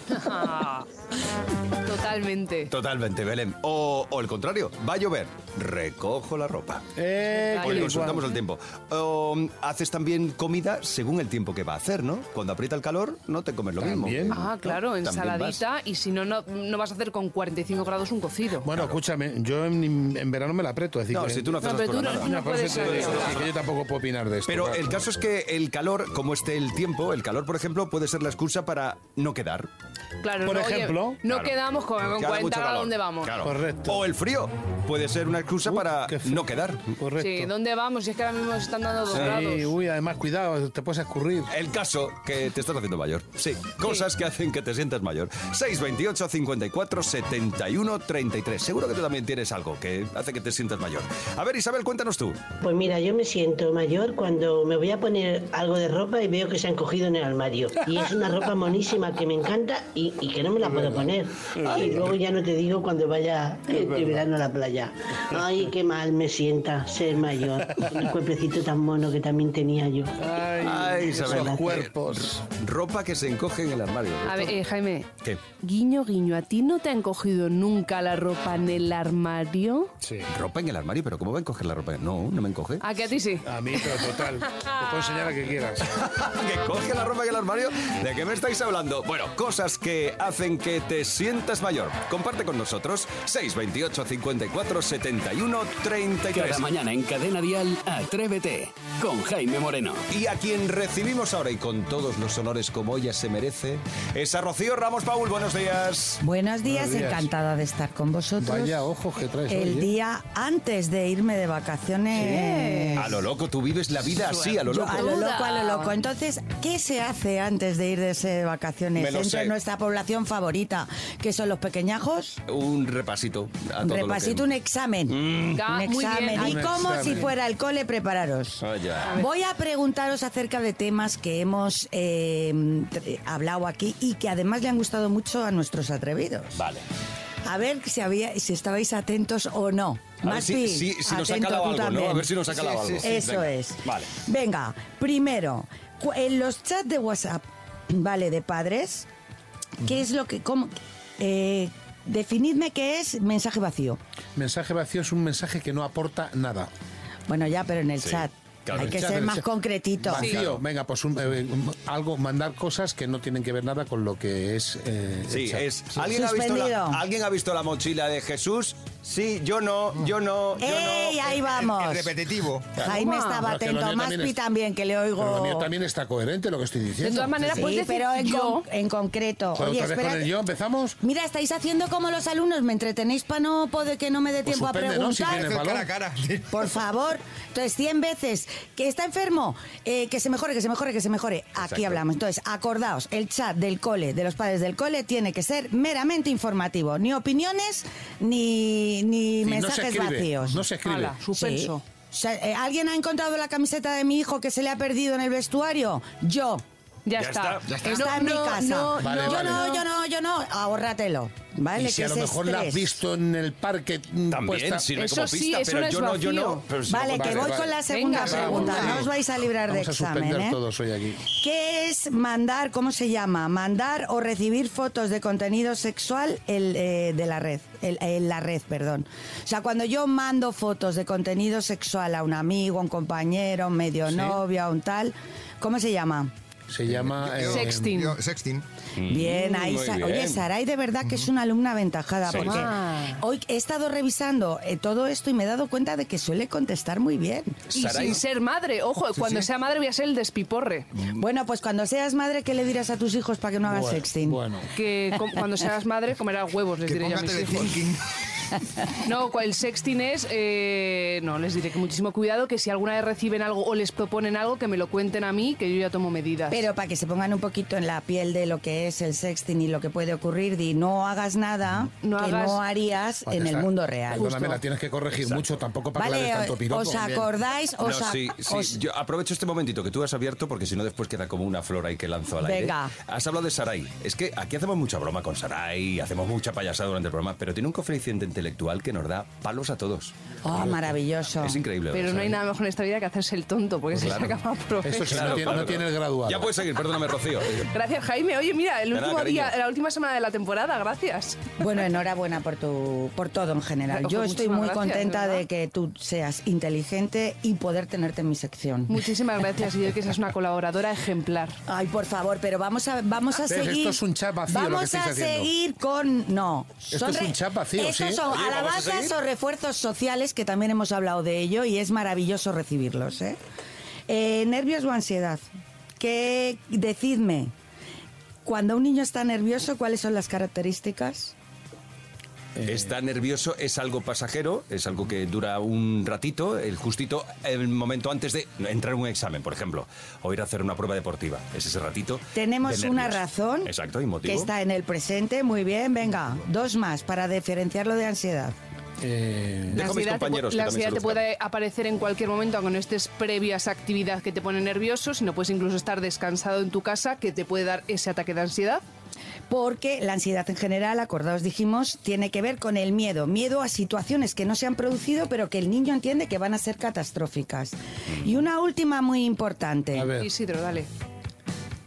Speaker 5: Totalmente.
Speaker 1: Totalmente, Belén. O, o el contrario, va a llover. Recojo la ropa.
Speaker 3: Eh,
Speaker 1: Hoy
Speaker 3: qué
Speaker 1: consultamos el
Speaker 3: guay.
Speaker 1: tiempo. Um, haces también comida según el tiempo que va a hacer, ¿no? Cuando aprieta el calor, no te comes lo
Speaker 3: También.
Speaker 1: mismo.
Speaker 5: Ah, claro,
Speaker 1: También
Speaker 5: ensaladita y si no, no, no vas a hacer con 45 grados un cocido.
Speaker 3: Bueno, escúchame, yo en, en verano me la aprieto. Es decir,
Speaker 1: No,
Speaker 3: que-
Speaker 1: si tú no haces
Speaker 5: No,
Speaker 1: las
Speaker 5: pero tú
Speaker 1: cosas
Speaker 5: no-
Speaker 1: nada.
Speaker 5: no
Speaker 3: por eso
Speaker 5: puedes
Speaker 3: te digo,
Speaker 5: hacer
Speaker 3: sí, que yo tampoco puedo opinar de esto.
Speaker 1: Pero
Speaker 3: claro.
Speaker 1: el caso es que el calor, como esté el tiempo, el calor, por ejemplo, puede ser la excusa para no quedar.
Speaker 5: Claro,
Speaker 3: Por
Speaker 5: no, oye,
Speaker 3: ejemplo,
Speaker 5: no
Speaker 1: Claro.
Speaker 5: quedamos con, con
Speaker 1: Que haga
Speaker 5: 40
Speaker 1: mucho
Speaker 5: grados
Speaker 1: calor.
Speaker 5: dónde vamos.
Speaker 1: Claro.
Speaker 3: Correcto.
Speaker 1: O el frío puede ser una excusa
Speaker 3: Uy,
Speaker 1: para
Speaker 3: qué frío.
Speaker 1: no quedar.
Speaker 3: Correcto.
Speaker 5: Sí, ¿dónde vamos? Si es que ahora mismo se están dando dos
Speaker 3: Sí, uh.
Speaker 5: grados.
Speaker 3: uy, además, cuidado, te puedes escurrir.
Speaker 1: El caso que te estás haciendo mayor. Sí, cosas que hacen que te sientas mayor. 628 54 71 33. Seguro que tú también tienes algo que hace que te sientas mayor. A ver, Isabel, cuéntanos tú.
Speaker 12: Pues mira, yo me siento mayor cuando me voy a poner algo de ropa y veo que se han cogido en el armario. Y es una ropa monísima que me encanta y, y que no me la puedo poner. Y luego ya no te digo cuando vaya eh, de verano a la playa. Ay, qué mal me sienta ser mayor. Un cuerpecito tan mono que también tenía yo.
Speaker 3: Ay,
Speaker 1: Ay, Isabel.
Speaker 3: esos cuerpos.
Speaker 1: Ropa que se encoge en el armario.
Speaker 5: A ver, eh, Jaime,
Speaker 1: ¿Qué?
Speaker 5: guiño, guiño, ¿a ti no te han cogido nunca la ropa en el armario?
Speaker 3: Sí.
Speaker 1: ¿Ropa en el armario? ¿Pero cómo va a encoger la ropa? No, no me encoge.
Speaker 5: ¿A que a ti sí?
Speaker 3: A mí, pero total. Te puedo enseñar a que quieras.
Speaker 1: *laughs* que coge la ropa en el armario. ¿De qué me estáis hablando? Bueno, cosas que hacen que te sientas mayor. Comparte con nosotros 628 54 71 33.
Speaker 6: Cada mañana en Cadena Dial, Atrévete. Con Jaime Moreno.
Speaker 1: Y a quien recibe Recibimos ahora y con todos los honores como ella se merece, es a Rocío Ramos Paul. Buenos días.
Speaker 13: *laughs* Buenos días,
Speaker 1: Buenos días.
Speaker 13: encantada de estar con vosotros.
Speaker 1: Vaya ojos que traes
Speaker 13: El
Speaker 1: hoy, ¿eh?
Speaker 13: día antes de irme de vacaciones.
Speaker 1: A lo loco, tú vives la vida así, a lo
Speaker 13: Yo,
Speaker 1: loco.
Speaker 13: a lo loco, a lo
Speaker 1: Ah.
Speaker 13: loco. Entonces, ¿qué se hace antes de ir de ese vacaciones?
Speaker 1: Me lo
Speaker 13: Entre
Speaker 1: sé.
Speaker 13: nuestra población favorita, que son los pequeñajos.
Speaker 1: Un repasito a todo
Speaker 13: Repasito un
Speaker 1: lo que...
Speaker 13: examen.
Speaker 1: Mm. Ah,
Speaker 13: Un
Speaker 1: muy bien.
Speaker 13: examen. Y
Speaker 1: Un
Speaker 13: como
Speaker 1: examen. Ah.
Speaker 13: si fuera el cole, prepararos.
Speaker 1: Vaya.
Speaker 13: Voy a preguntaros acerca de temas que hemos eh, tr- hablado aquí y que además le han gustado mucho a nuestros atrevidos.
Speaker 1: Vale.
Speaker 13: A ver si, había, si estabais atentos o no.
Speaker 1: A ver si-
Speaker 13: Maspi,
Speaker 1: si- si nos ha
Speaker 13: atento
Speaker 1: calado
Speaker 13: tú
Speaker 1: algo, ¿no?
Speaker 13: también.
Speaker 1: A ver si nos ha Sí, calado sí, algo. sí.
Speaker 13: Eso
Speaker 1: Venga.
Speaker 13: es.
Speaker 1: Vale.
Speaker 13: Venga, primero, cu- en los chats de WhatsApp, ¿vale? De padres, ¿qué es lo que... Cómo, eh, definidme qué es mensaje vacío.
Speaker 3: Mensaje vacío es un mensaje que no aporta nada.
Speaker 13: Bueno, ya, pero en el chat. Hay que ser más concretito.
Speaker 3: Vacío, venga, pues un- eh, un- algo, mandar cosas que no tienen que ver nada con lo que es. eh, el
Speaker 1: Sí,
Speaker 3: chat.
Speaker 1: es. ¿alguien ha, visto la, ¿Alguien ha visto la mochila de Jesús? Sí, yo no, yo no, yo
Speaker 13: ¡Ey,
Speaker 1: no. Eh,
Speaker 13: ahí vamos!
Speaker 1: repetitivo.
Speaker 13: Jaime estaba
Speaker 3: Pero es que lo
Speaker 13: atento,
Speaker 3: mío
Speaker 13: Maspi
Speaker 3: también
Speaker 13: también,
Speaker 3: es-
Speaker 13: que le
Speaker 3: Pero lo mío
Speaker 13: oigo.
Speaker 3: también está coherente lo que estoy diciendo.
Speaker 13: De todas maneras, pues,
Speaker 3: Sí.
Speaker 13: puedes decir pero en, con- en concreto.
Speaker 3: Pero
Speaker 13: Oye,
Speaker 3: otra vez con
Speaker 13: espera.
Speaker 3: el yo empezamos.
Speaker 13: Mira, estáis haciendo como los alumnos, me entretenéis para no poder que no me dé
Speaker 3: Pues
Speaker 13: tiempo a
Speaker 3: suspende, ¿no? Si
Speaker 13: preguntar.
Speaker 3: tienes valor. Cara a cara.
Speaker 13: Por favor. Entonces, 100 veces que está enfermo, eh, que se mejore, que se mejore, que se mejore. Aquí
Speaker 14: Exacto.
Speaker 13: hablamos. Entonces, acordaos, el chat del cole, de los padres del cole, tiene que ser meramente informativo. Ni opiniones, ni, ni
Speaker 3: Y no se
Speaker 13: mensajes
Speaker 3: escribe,
Speaker 13: vacíos.
Speaker 3: no se escribe. Ala, suspenso.
Speaker 13: Sí. O sea, eh, ¿Alguien ha encontrado la camiseta de mi hijo que se le ha perdido en el vestuario? Yo.
Speaker 5: Ya Ya está. está. Ya está. No,
Speaker 13: en
Speaker 5: no,
Speaker 13: mi casa.
Speaker 5: no, Vale, no,
Speaker 13: yo
Speaker 5: vale.
Speaker 13: no, yo no, yo no. Ahórratelo. ¿Vale?
Speaker 3: y si
Speaker 13: que
Speaker 3: a lo
Speaker 13: ese
Speaker 3: mejor la has
Speaker 13: estrés.
Speaker 3: visto en el parque. mm, También
Speaker 1: sirve Eso como sí, pista, eso pero no es yo no, yo vacío. no, pero si
Speaker 13: Vale,
Speaker 1: no
Speaker 13: que
Speaker 1: puedes-
Speaker 13: voy
Speaker 1: Vale,
Speaker 13: con la
Speaker 1: vale.
Speaker 13: segunda
Speaker 1: Venga,
Speaker 13: pregunta.
Speaker 1: vamos.
Speaker 13: No os vais a librar de
Speaker 3: Vamos a
Speaker 13: examen,
Speaker 3: suspender
Speaker 13: ¿eh?
Speaker 3: todos hoy aquí.
Speaker 13: ¿Qué es mandar, cómo se llama? Mandar o recibir fotos de contenido sexual el, eh, de la red. El- en la red, perdón. O sea, cuando yo mando fotos de contenido sexual a un amigo, a un compañero, a un medio
Speaker 3: Sí.
Speaker 13: novio, a un tal, ¿cómo se llama?
Speaker 3: Se llama. eh,
Speaker 13: Sexting.
Speaker 4: Yo- sexting.
Speaker 13: Bien, ahí Sa- Oye, Saray, de verdad que es una alumna aventajada,
Speaker 4: Sí.
Speaker 13: porque
Speaker 4: Ah.
Speaker 13: hoy he estado revisando eh, todo esto y me he dado cuenta de que suele contestar muy bien.
Speaker 5: Y sin ser madre, ojo,
Speaker 13: Sí,
Speaker 5: cuando
Speaker 13: sí.
Speaker 5: sea madre voy a ser el despiporre.
Speaker 13: Bueno, pues cuando seas madre, ¿qué le dirás a tus hijos para que no hagas
Speaker 5: Bueno,
Speaker 13: sexting?
Speaker 3: Bueno.
Speaker 5: Que com- cuando seas madre comerás huevos, les
Speaker 13: Que
Speaker 5: diré yo a
Speaker 13: ponga
Speaker 5: mis hijos.
Speaker 4: *laughs*
Speaker 5: No, cual- el sexting es, eh, no, les diré que muchísimo cuidado, que si alguna vez reciben algo o les proponen algo, que me lo cuenten a mí, que yo ya tomo medidas.
Speaker 13: Pero para que se pongan un poquito en la piel de lo que es el sexting y lo que puede ocurrir, di no hagas nada que
Speaker 5: hagas-
Speaker 13: no harías
Speaker 3: Vale,
Speaker 13: en el
Speaker 3: está.
Speaker 13: mundo real.
Speaker 3: Perdóname, la tienes que corregir mucho, tampoco para que
Speaker 13: Vale,
Speaker 3: la des tanto piropo.
Speaker 13: ¿os acordáis?
Speaker 1: No,
Speaker 13: ¿Os, a-
Speaker 1: sí, sí.
Speaker 13: os-
Speaker 1: Yo aprovecho este momentito que tú has abierto porque si no después queda como una flor ahí que lanzo al aire.
Speaker 13: Venga.
Speaker 1: Has hablado de Sarai. Es que aquí hacemos mucha broma con Sarai, hacemos mucha payasada durante el programa, pero tiene un coeficiente intelectual que nos da palos a todos.
Speaker 13: Oh, maravilloso.
Speaker 1: Es increíble.
Speaker 5: Pero no
Speaker 1: Sarai.
Speaker 5: hay nada mejor en esta vida que hacerse el tonto, porque
Speaker 1: Pues Claro.
Speaker 5: se saca más provecho.
Speaker 3: Eso sí, no,
Speaker 1: Claro,
Speaker 3: tiene,
Speaker 1: claro.
Speaker 3: no tiene el Eh, graduado.
Speaker 1: Ya puedes seguir, perdóname, Rocío.
Speaker 5: Gracias, Jaime. Oye, mira, el
Speaker 1: De nada,
Speaker 5: último día,
Speaker 1: cariño.
Speaker 5: la última semana de la temporada, gracias.
Speaker 13: Bueno, enhorabuena por tu, por todo en general.
Speaker 5: Ojo,
Speaker 13: Yo estoy
Speaker 5: muchísimas
Speaker 13: muy
Speaker 5: gracias,
Speaker 13: contenta
Speaker 5: ¿verdad?
Speaker 13: de que tú seas inteligente y poder tenerte en mi sección.
Speaker 5: Muchísimas gracias, y yo que seas una colaboradora ejemplar.
Speaker 13: Ay, por favor, pero vamos a, vamos a
Speaker 3: ¿Ves?
Speaker 13: seguir.
Speaker 3: Esto es un chat vacío lo que
Speaker 13: Vamos
Speaker 3: estáis
Speaker 13: a
Speaker 3: haciendo.
Speaker 13: seguir con. No.
Speaker 3: Esto es
Speaker 13: re-
Speaker 3: un chat vacío,
Speaker 13: Estos
Speaker 3: ¿sí?
Speaker 13: son
Speaker 3: Oye, ¿vamos a
Speaker 13: alabanzas
Speaker 3: seguir?
Speaker 13: o refuerzos sociales que también hemos hablado de ello y es maravilloso recibirlos, ¿eh? Eh, nervios o ansiedad. ¿Qué. Decidme. Cuando un niño está nervioso, ¿cuáles son las características?
Speaker 3: eh.
Speaker 1: Está nervioso, es algo pasajero, es algo que dura un ratito, el justito el momento antes de entrar en un examen, por ejemplo, o ir a hacer una prueba deportiva. Es ese ratito.
Speaker 13: Tenemos
Speaker 1: de
Speaker 13: una
Speaker 1: nervios.
Speaker 13: razón
Speaker 1: Exacto, y
Speaker 13: que
Speaker 1: motivo.
Speaker 13: está en el presente. Muy bien, venga, dos más para diferenciarlo de ansiedad.
Speaker 5: La
Speaker 1: Dejo a mis
Speaker 5: ansiedad, te,
Speaker 1: compañeros que
Speaker 5: pu- la
Speaker 1: también se
Speaker 5: ansiedad te
Speaker 1: luzcan.
Speaker 5: puede aparecer en cualquier momento, aunque no estés previo a esa actividad que te pone nervioso, sino puedes incluso estar descansado en tu casa, que te puede dar ese ataque de ansiedad.
Speaker 13: Porque la ansiedad en general, acordaos dijimos, tiene que ver con el miedo. Miedo a situaciones que no se han producido, pero que el niño entiende que van a ser catastróficas.
Speaker 1: Mm.
Speaker 13: Y una última muy importante.
Speaker 5: Isidro, dale.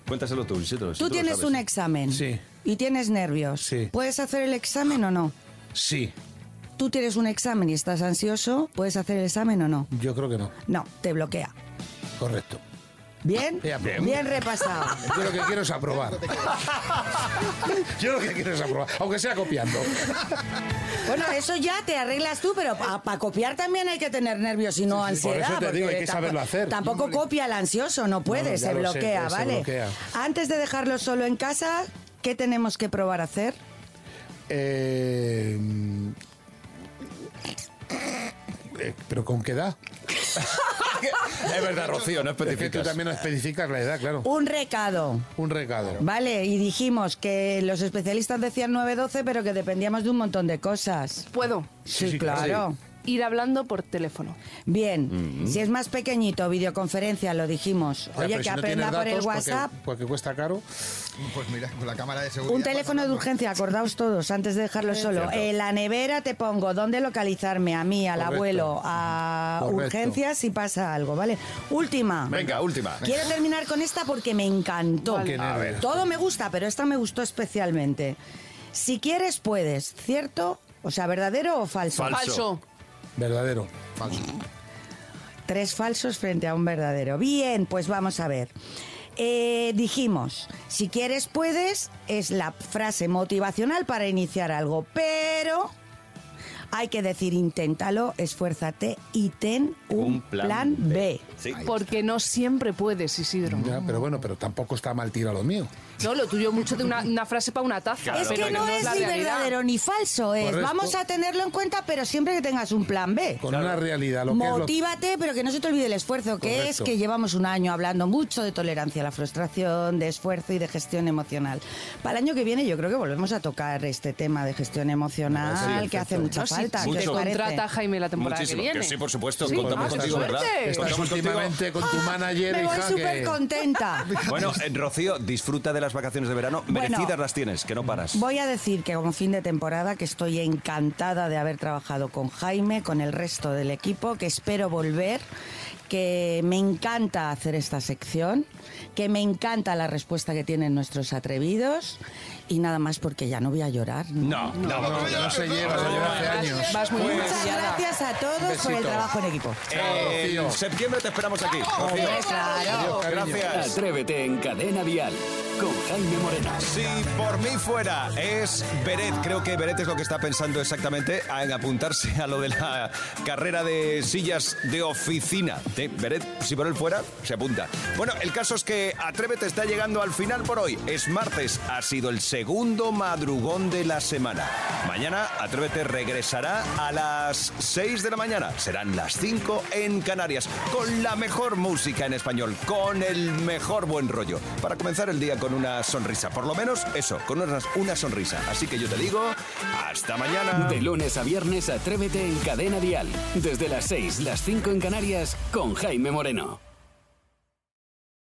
Speaker 1: Cuéntaselo tú, Isidro. si
Speaker 13: Tú
Speaker 1: lo
Speaker 13: tienes
Speaker 1: sabes.
Speaker 13: un examen y tienes nervios. ¿Puedes hacer el examen o no?
Speaker 3: Sí,
Speaker 13: Tú tienes un examen y estás ansioso, ¿puedes hacer el examen o no?
Speaker 3: yo creo que no.
Speaker 13: No, te bloquea.
Speaker 3: Correcto.
Speaker 13: ¿Bien?
Speaker 3: He aprobado.
Speaker 13: Bien repasado.
Speaker 3: Yo lo que quiero es aprobar. Yo lo que quiero es aprobar, aunque sea copiando.
Speaker 13: Bueno, eso ya te arreglas tú, pero para copiar también hay que tener nervios y no
Speaker 3: sí. Por
Speaker 13: ansiedad.
Speaker 3: eso te digo, hay
Speaker 13: porque
Speaker 3: que saberlo
Speaker 13: tampo-
Speaker 3: hacer.
Speaker 13: Tampoco copia al ansioso, no puede,
Speaker 3: No, no, ya
Speaker 13: se
Speaker 3: lo sé,
Speaker 13: bloquea,
Speaker 3: se
Speaker 13: ¿vale?
Speaker 3: bloquea.
Speaker 13: Antes de dejarlo solo en casa, ¿qué tenemos que probar a hacer?
Speaker 3: Eh, eh, ¿Pero con qué edad?
Speaker 1: *laughs* Es verdad, Rocío, no
Speaker 3: Es que tú
Speaker 1: especificas.
Speaker 3: también no especificas la edad, claro.
Speaker 13: Un recado.
Speaker 3: Un recado.
Speaker 13: Vale, y dijimos que los especialistas decían 9-12, pero que dependíamos de un montón de cosas.
Speaker 5: ¿Puedo?
Speaker 13: Sí, claro.
Speaker 5: Ir hablando por teléfono.
Speaker 13: Bien, si es más pequeñito, videoconferencia, lo dijimos.
Speaker 3: Mm. Ya,
Speaker 13: Oye,
Speaker 3: pero
Speaker 13: que
Speaker 3: si no
Speaker 13: aprenda
Speaker 3: tienes
Speaker 13: por el
Speaker 3: datos, porque-
Speaker 13: WhatsApp.
Speaker 3: Porque, cuesta caro. Pues mira, con la cámara de
Speaker 13: Un teléfono de urgencia, acordaos todos, antes de dejarlo solo.
Speaker 3: Cierto.
Speaker 13: En la nevera te pongo dónde localizarme, a mí, al
Speaker 1: Correcto.
Speaker 13: abuelo, a
Speaker 1: Correcto.
Speaker 13: urgencias si pasa algo, ¿vale? Última.
Speaker 1: Venga, última.
Speaker 13: Quiero terminar con esta porque me encantó.
Speaker 1: Vale. Qué nervios.
Speaker 13: Todo me gusta, pero esta me gustó especialmente. Si quieres, puedes, ¿cierto? O sea, ¿verdadero o falso?
Speaker 3: Falso. Falso. Verdadero. Falso.
Speaker 13: Tres falsos frente a un verdadero. Bien, pues vamos a ver. Eh, dijimos, si quieres puedes, es la frase motivacional para iniciar algo, pero hay que decir inténtalo, esfuérzate y ten un, plan, B.
Speaker 5: Porque no siempre puedes, Isidro.
Speaker 3: Ya, pero bueno, pero tampoco está mal tirado lo mío.
Speaker 5: No, lo tuyo mucho de una, una frase para una taza.
Speaker 3: Claro,
Speaker 13: es que
Speaker 5: pero
Speaker 13: no, es
Speaker 5: la
Speaker 13: ni
Speaker 5: realidad.
Speaker 13: verdadero ni falso, es
Speaker 3: Correcto.
Speaker 13: vamos a tenerlo en cuenta, pero siempre que tengas un plan B.
Speaker 3: Con una realidad, lo que es
Speaker 13: Motívate, pero que no se te olvide el esfuerzo, que
Speaker 3: Correcto.
Speaker 13: es que llevamos un año hablando mucho de tolerancia a la frustración, de esfuerzo y de gestión emocional. Para el año que viene yo creo que volvemos a tocar este tema de gestión emocional,
Speaker 1: Ah, sí,
Speaker 13: que hace mucha
Speaker 5: No, si-
Speaker 13: falta.
Speaker 5: si
Speaker 13: ¿qué
Speaker 5: te
Speaker 13: os parece?
Speaker 5: contrata Jaime la temporada
Speaker 1: Muchísimo,
Speaker 5: que viene.
Speaker 1: que sí, por supuesto,
Speaker 5: Sí.
Speaker 1: contamos
Speaker 5: Ah, qué
Speaker 1: contigo,
Speaker 5: suerte. Ah,
Speaker 1: ¿verdad?
Speaker 3: Estás
Speaker 1: Contamos contigo.
Speaker 3: últimamente con tu manager,
Speaker 13: Me voy
Speaker 3: hija, que- *laughs*
Speaker 13: súper contenta.
Speaker 1: Bueno, eh, Rocío, disfruta de las vacaciones de verano.
Speaker 13: Bueno.
Speaker 1: Merecidas las tienes, que no paras.
Speaker 13: Voy a decir que como fin de temporada que estoy encantada de haber trabajado con Jaime, con el resto del equipo, que espero volver, que me encanta hacer esta sección, que me encanta la respuesta que tienen nuestros atrevidos y nada más porque ya no voy a llorar.
Speaker 1: No, no,
Speaker 3: no, no, no se lleva, se lleva
Speaker 1: Ah,
Speaker 3: hace años.
Speaker 5: Vas muy bien.
Speaker 13: Muchas gracias a
Speaker 3: Un
Speaker 13: todos
Speaker 3: besito.
Speaker 13: por el trabajo en equipo.
Speaker 1: Eh,
Speaker 3: Rocío.
Speaker 1: en septiembre te esperamos aquí. Rocío.
Speaker 13: Hombre, claro.
Speaker 6: Adiós, cariño.
Speaker 1: Gracias.
Speaker 6: Atrévete en Cadena Dial con Jaime Moreno.
Speaker 1: Si por mí fuera es Beret, creo que Beret es lo que está pensando exactamente en apuntarse a lo de la carrera de sillas de oficina. De Beret, si por él fuera, se apunta. Bueno, el caso es que Atrévete está llegando al final por hoy. Es martes, ha sido el segundo madrugón de la semana. Mañana Atrévete regresará a las 6 de la mañana. Serán las 5 en Canarias, con la mejor música en español, con el mejor buen rollo. Para comenzar el día con una sonrisa, por lo menos eso, con una, una sonrisa. Así que yo te digo, hasta mañana.
Speaker 6: De lunes a viernes, atrévete en Cadena Dial. Desde las 6, las 5 en Canarias, con Jaime Moreno.